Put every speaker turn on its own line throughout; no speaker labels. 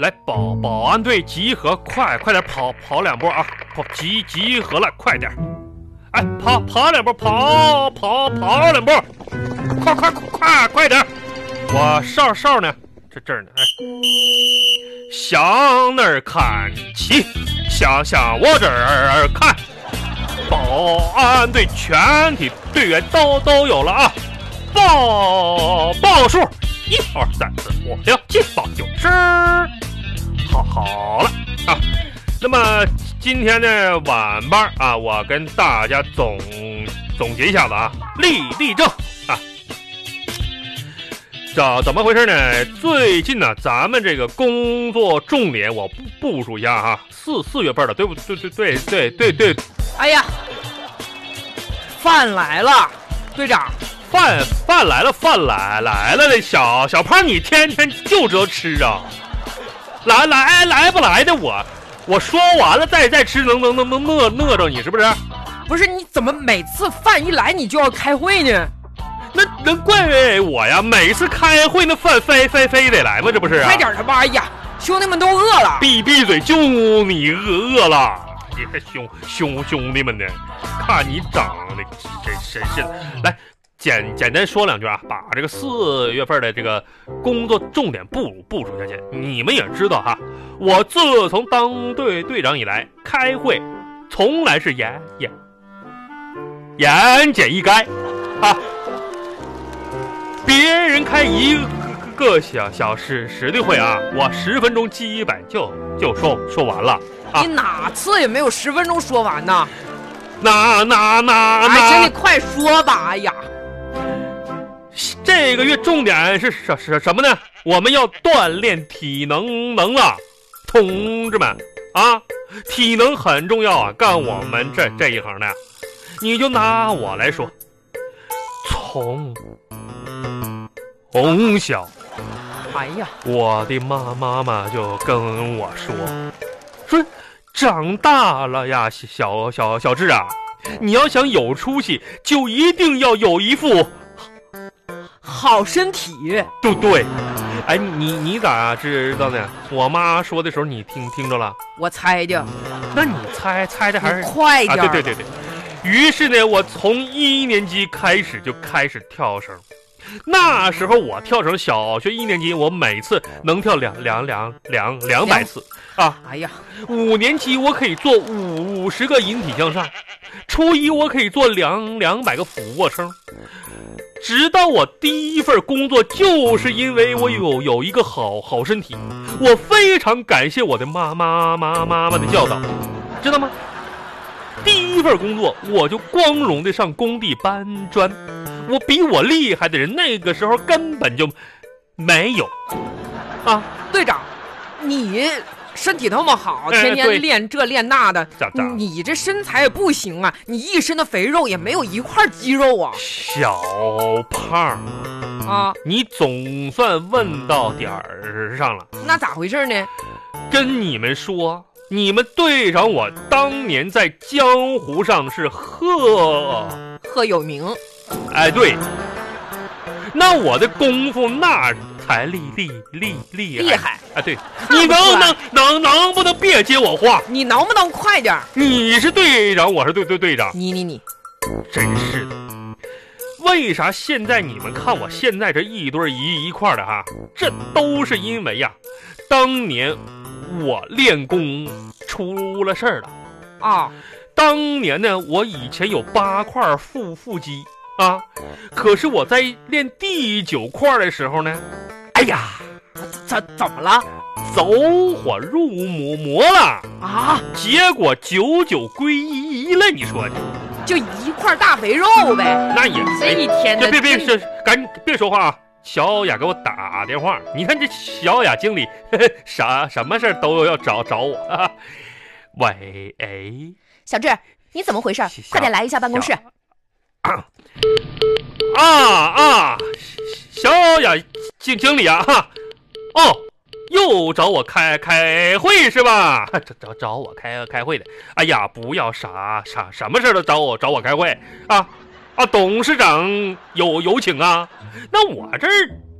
来保保安队集合，快快点跑跑两波啊！跑集集合了，快点！哎，跑跑两步，跑跑跑两步，快快快快点！我哨哨呢？这这儿呢？哎，向那儿看齐，向向我这儿看。保安队全体队员都都有了啊！报报数，一二三四五六七八九十。好好了啊，那么今天的晚班啊，我跟大家总总结一下子啊，立立正啊。怎怎么回事呢？最近呢、咱们这个工作重点我布部署一下哈、四四月份的，对不对？对对对对对，
哎呀，饭来了，队长，
饭饭来了，饭来来了的小小胖，你天天就知道吃啊！来来来不来的我，我说完了再再吃，能能能能饿饿着你是不是？
不是你怎么每次饭一来你就要开会呢？
啊那能怪我呀？每次开会那饭非非非得来吗？这不是、啊？
快点儿的吧！哎呀，兄弟们都饿了。
闭闭嘴，就你饿饿了，你这兄兄兄弟们呢？看你长得真真是的，来简简单说两句啊，把这个四月份的这个工作重点部部署下去。你们也知道哈，我自从当队队长以来，开会从来是言言言简意赅啊，别人开一个。个小小时时的会啊，我十分钟基本就就说说完了。啊
你哪次也没有十分钟说完呢？
那那那
哎，行，
那
你快说吧！哎呀，
这个月重点是什什什么呢？我们要锻炼体能能了，同志们啊，体能很重要啊！干我们这这一行的，你就拿我来说，从从小
哎呀，
我的妈妈妈就跟我说，说长大了呀，小小小志啊，你要想有出息，就一定要有一副。
好身体，
对对，哎，你你咋知道呢？我妈说的时候你听听着了，
我猜的，
那你猜猜的还是
你快点
啊？
儿、
对对对对。于是呢，我从一年级开始就开始跳绳，那时候我跳绳，小学一年级我每次能跳两两两两两百次啊，
哎呀，
五年级我可以做五五十个引体向上，初一我可以做两两百个俯卧撑，直到我第一份工作，就是因为我有有一个好好身体，我非常感谢我的妈妈妈妈妈的教导，知道吗？第一份工作我就光荣的上工地搬砖，我比我厉害的人那个时候根本就没有，啊，
队长，你身体那么好，
哎
天
对
天练这练那的，
咋咋？
你这身材也不行啊！你一身的肥肉也没有一块肌肉啊！
小胖。
啊，
你总算问到点儿上了。
那咋回事呢？
跟你们说，你们队长我当年在江湖上是赫，
赫有名，
哎对，那我的功夫那才厉厉厉厉害
厉害！
哎对，
看
你
不出
能
来
能能能不能别接我话？
你能不能快点儿？
你是队长，我是队队队长，
你你你，
真是的。为啥现在你们看我现在这一堆儿一一块儿的哈？这都是因为呀，当年我练功出了事儿了。
啊，
当年呢，我以前有八块腹腹肌啊，可是我在练第九块的时候呢，哎呀，
怎怎么了
走火入魔魔了，
啊？
结果九九归一了。你说
就一块大肥肉呗，
那也
这一天
这
的
哎别别
真
是，赶紧别说话啊！小雅给我打电话，你看这小雅经理， 呵呵啥什么事儿都要找找我。 哈哈喂，哎，
小志，你怎么回事
小？
快点来一下办公室
小。啊啊，小雅经经理啊，哈，哦，又找我开开会是吧？ 找找找我开开会的。哎呀，不要啥啥什么事儿都找我找我开会啊啊！董事长有有请啊，那我这儿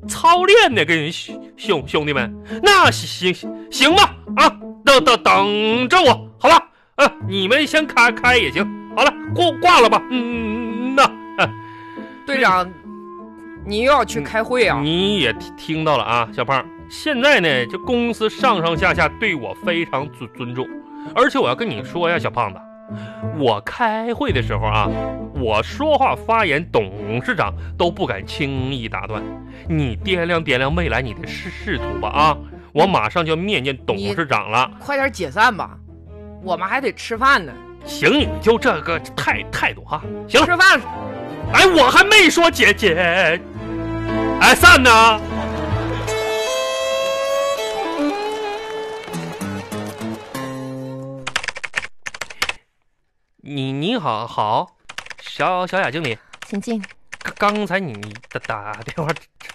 操练呢，跟人兄兄兄弟们，那行行行吧啊，等等等着我，好吧？啊，你们先开开也行。好了，挂挂了吧。嗯，那、啊
队长，你又要去开会啊？
你也听听到了啊，小胖。现在呢，这公司上上下下对我非常尊尊重，而且我要跟你说呀，小胖子，我开会的时候啊，我说话发言，董事长都不敢轻易打断。你掂量掂量未来你的仕仕途吧啊！我马上就要面见董事长了。
快点解散吧，我们还得吃饭呢。
行，你就这个态态度哈。行了，
吃饭，
哎，我还没说姐姐，哎，散呢。你你好好，小小雅经理，
请进。
刚刚才你打打电话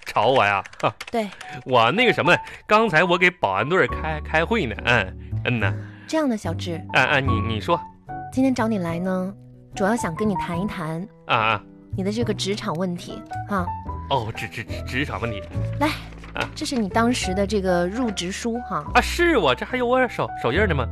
找我呀？啊
对，
我那个什么，刚才我给保安队儿开开会呢。嗯嗯呐，
这样的小智，
嗯嗯，你你说
今天找你来呢，主要想跟你谈一谈
啊啊
你的这个职场问题啊。
哦，职职职职场问题
来
啊，
这是你当时的这个入职书哈、
啊，是我这还有我手手印儿呢吗？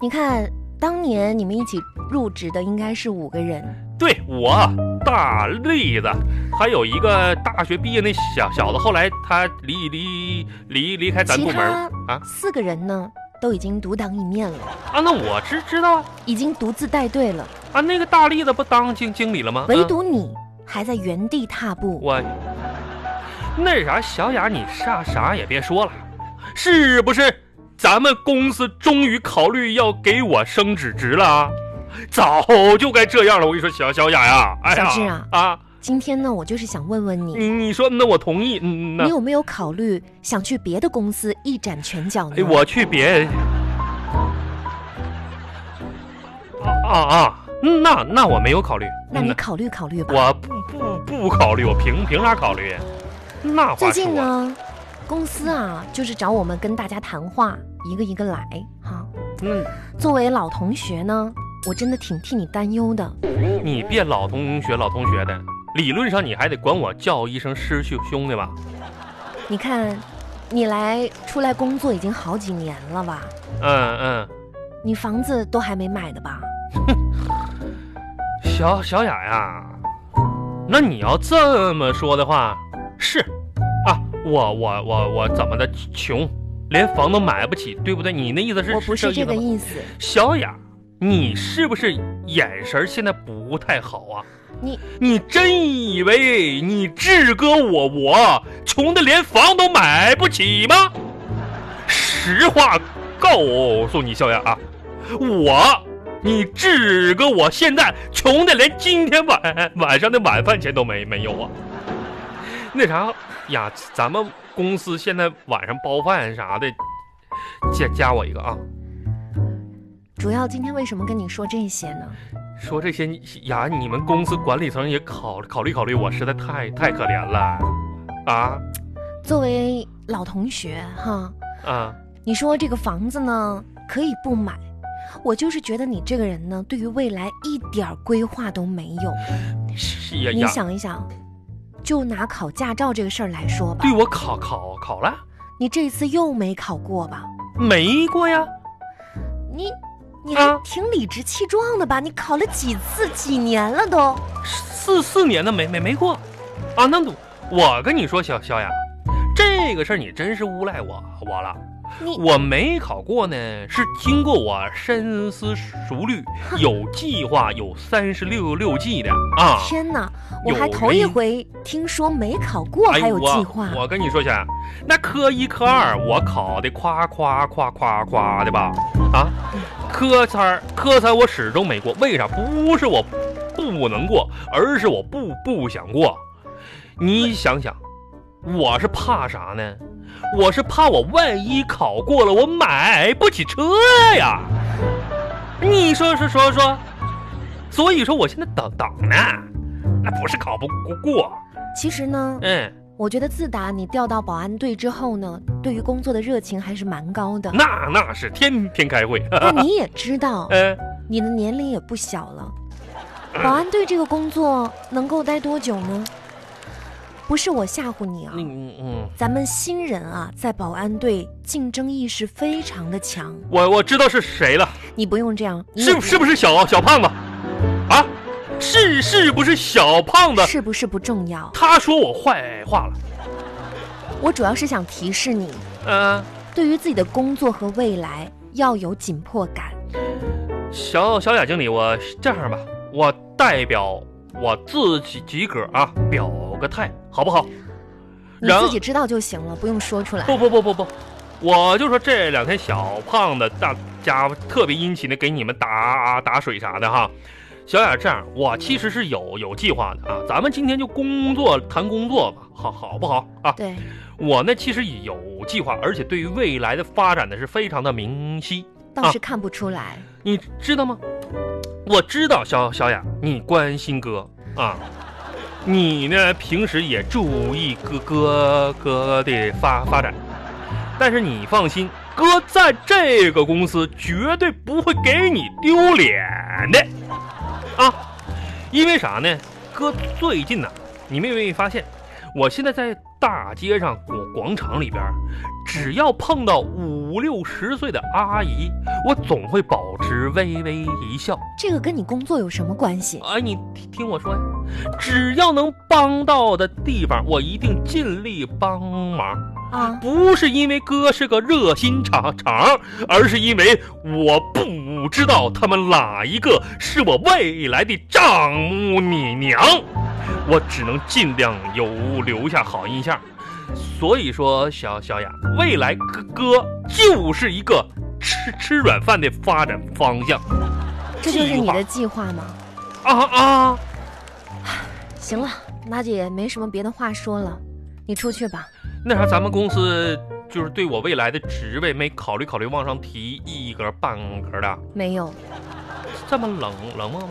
你看，当年你们一起入职的应该是五个人，
对我啊大栗子，还有一个大学毕业那小小子，后来他离离离离开咱
其
部门
他
啊
四个人呢都已经独当一面了，
啊，那我知知道啊
已经独自带队了，
啊，那个大栗子不当经经理了吗？
唯
嗯
独你还在原地踏步。
我那啥，小雅，你啥啥也别说了，是不是？咱们公司终于考虑要给我升职职了啊！早就该这样了，我跟你说，小小雅呀，哎呀
小志啊今天呢，我就是想问问
你你说那我同意，嗯那
你有没有考虑想去别的公司一展拳脚呢？
哎，我去别。啊啊啊！那那我没有考虑，嗯
那你考虑考虑吧。
我不不不考虑，我凭凭啥考虑？那话
最
说
近呢，公司啊，就是找我们跟大家谈话，一个一个来哈。
嗯，
作为老同学呢，我真的挺替你担忧的。
你别老同学老同学的，理论上你还得管我叫一声师兄兄弟吧？
你看，你来出来工作已经好几年了吧？
嗯嗯，
你房子都还没买的吧？
小小雅呀，那你要这么说的话，是啊，我我我我怎么的穷，连房都买不起，对不对？你那意思是
我不是这
意
个
思吗？
意思。
小雅，你是不是眼神儿现在不太好啊？
你
你真以为你志哥我我穷的连房都买不起吗？实话告诉你，小雅啊，我你志哥我现在穷的连今天晚晚上的晚饭钱都没没有啊。那啥呀，咱们公司现在晚上包饭啥的，加加我一个啊。
主要今天为什么跟你说这些呢？
说这些你呀，你们公司管理层也考考虑考虑我，实在太太可怜了，啊
作为老同学哈，
啊，
你说这个房子呢可以不买，我就是觉得你这个人呢，对于未来一点儿规划都没有。
是呀
你
呀，
想一想，就拿考驾照这个事儿来说吧
对，我考考考了
你这一次又没考过吧？
没过呀？
你你
啊
还挺理直气壮的吧？你考了几次几年了
啊
都？
四四年的没没没过，啊，那我我跟你说，小小雅，这个事儿你真是诬赖我我了。
你
我没考过呢，是经过我深思熟虑、有计划、有三十六六计的啊。
天哪！我
有
还头一
人
回听说没考过还有计划。
啊我。我跟你说，小雅，那科一、科二我考的夸夸夸夸夸的吧？啊，科三儿、科三我始终没过，为啥？不是我不能过，而是我不不想过。你想想，我是怕啥呢？我是怕我万一考过了，我买不起车呀。你说说说说，所以说我现在等等呢，那不是考不过，
其实呢，
嗯。
我觉得自打你调到保安队之后呢，对于工作的热情还是蛮高的。
那那是天天开会。
但你也知道，
呃，
你的年龄也不小了，保安队这个工作能够待多久呢？不是我吓唬你啊
那，嗯嗯，
咱们新人啊，在保安队竞争意识非常的强，
我我知道是谁了，
你不用这样，你
是是不是小小胖子？啊，是是不是小胖子？
是不是不重要？
他说我坏话了。
我主要是想提示你，
嗯、
对于自己的工作和未来要有紧迫感。
小小雅经理，我这样吧，我代表我自己己个儿啊表个态，好不好？
你
然
自己知道就行了，不用说出来。
不不不不不，我就说这两天小胖子大家伙特别殷勤的给你们打打水啥的哈。小雅，这样我其实是有有计划的啊，咱们今天就工作谈工作吧，好好不好啊？
对，
我呢其实也有计划，而且对于未来的发展呢是非常的明晰，
倒是看不出来。
你知道吗？我知道小小雅，你关心哥啊，你呢平时也注意哥哥哥的发发展，但是你放心，哥在这个公司绝对不会给你丢脸的啊，因为啥呢？哥最近呢、你们有没有发现，我现在在大街上广广场里边儿，只要碰到五六十岁的阿姨，我总会保持微微一笑。
这个跟你工作有什么关系？
哎，你听听我说呀，只要能帮到的地方，我一定尽力帮忙。
啊，
不是因为哥是个热心肠肠，而是因为我不知道他们哪一个是我未来的丈母你娘，我只能尽量有留下好印象。所以说，小小雅，未来哥哥就是一个吃吃软饭的发展方向
这就是你的计划吗？
啊啊！
行了，娜姐也没什么别的话说了，你出去吧。
那啥，咱们公司就是对我未来的职位没考虑考虑，往上提一格半格的。
没有，
这么冷冷漠吗？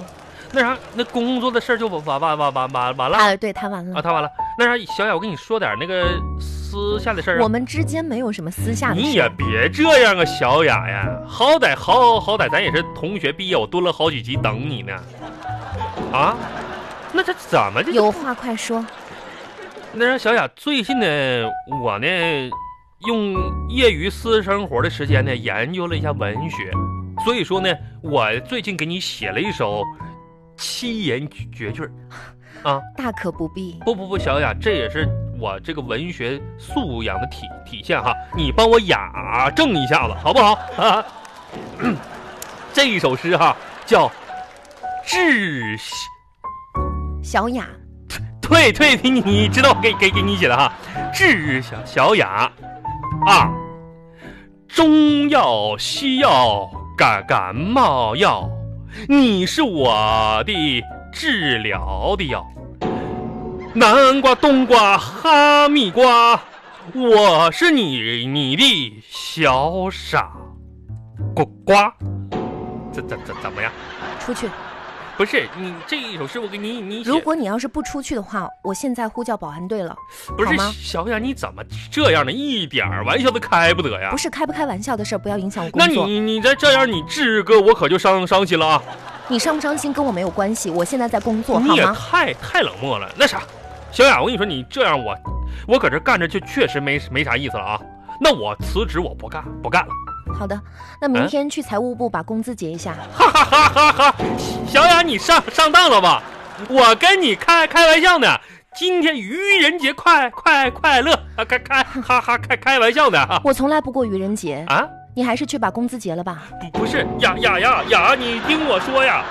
那啥，那工作的事儿就完完完完完完完了
啊，对，谈完了。
啊，他完了。那啥，小雅，我跟你说点那个私下的事儿啊
我。们之间没有什么私下的
你
事
也
儿。
别这样啊，小雅呀，好歹好好歹咱也是同学毕业，我蹲了好几集等你呢。啊，那这怎么的？
有话快说。
那让小雅最近呢，我呢用业余私生活的时间呢研究了一下文学，所以说呢，我最近给你写了一首七言绝句儿。
大可不必。
不不不，小雅，这也是我这个文学素养的体体现哈，你帮我雅正一下子好不好？ 啊，这一首诗哈叫《致谢
小雅，
对对，你你知道，给给给你写的哈，治小小雅，啊，中药西药感感冒药，你是我的治疗的药。南瓜、冬瓜、哈密瓜，我是你你的小傻瓜瓜，怎怎怎怎么样？
出去。
不是你这一首诗，我给你你写
如果你要是不出去的话，我现在呼叫保安队了。
不是
好吗
小雅，你怎么这样呢？一点儿玩笑都开不得呀
不！是开不开玩笑的事儿，不要影响我工
啊那
作。
你你再这样，你志哥我可就伤伤心了啊！
你伤不伤心跟我没有关系，我现在在工作，
你
好
也
吗？
太太冷漠了。那啥，小啊雅，我跟你说，你这样我我搁这干着就确实没没啥意思了啊。那我辞职，我不干不干了。
好的，那
啊
明天去财务部把工资结一下。
哈哈哈哈哈！小雅，你上上当了吧？我跟你开开玩笑呢。今天愚人节快快快乐啊！开开哈哈开开玩笑呢啊！
我从来不过愚人节，
啊嗯
你还是去把工资结了吧。
不不是雅雅雅雅，你听我说呀，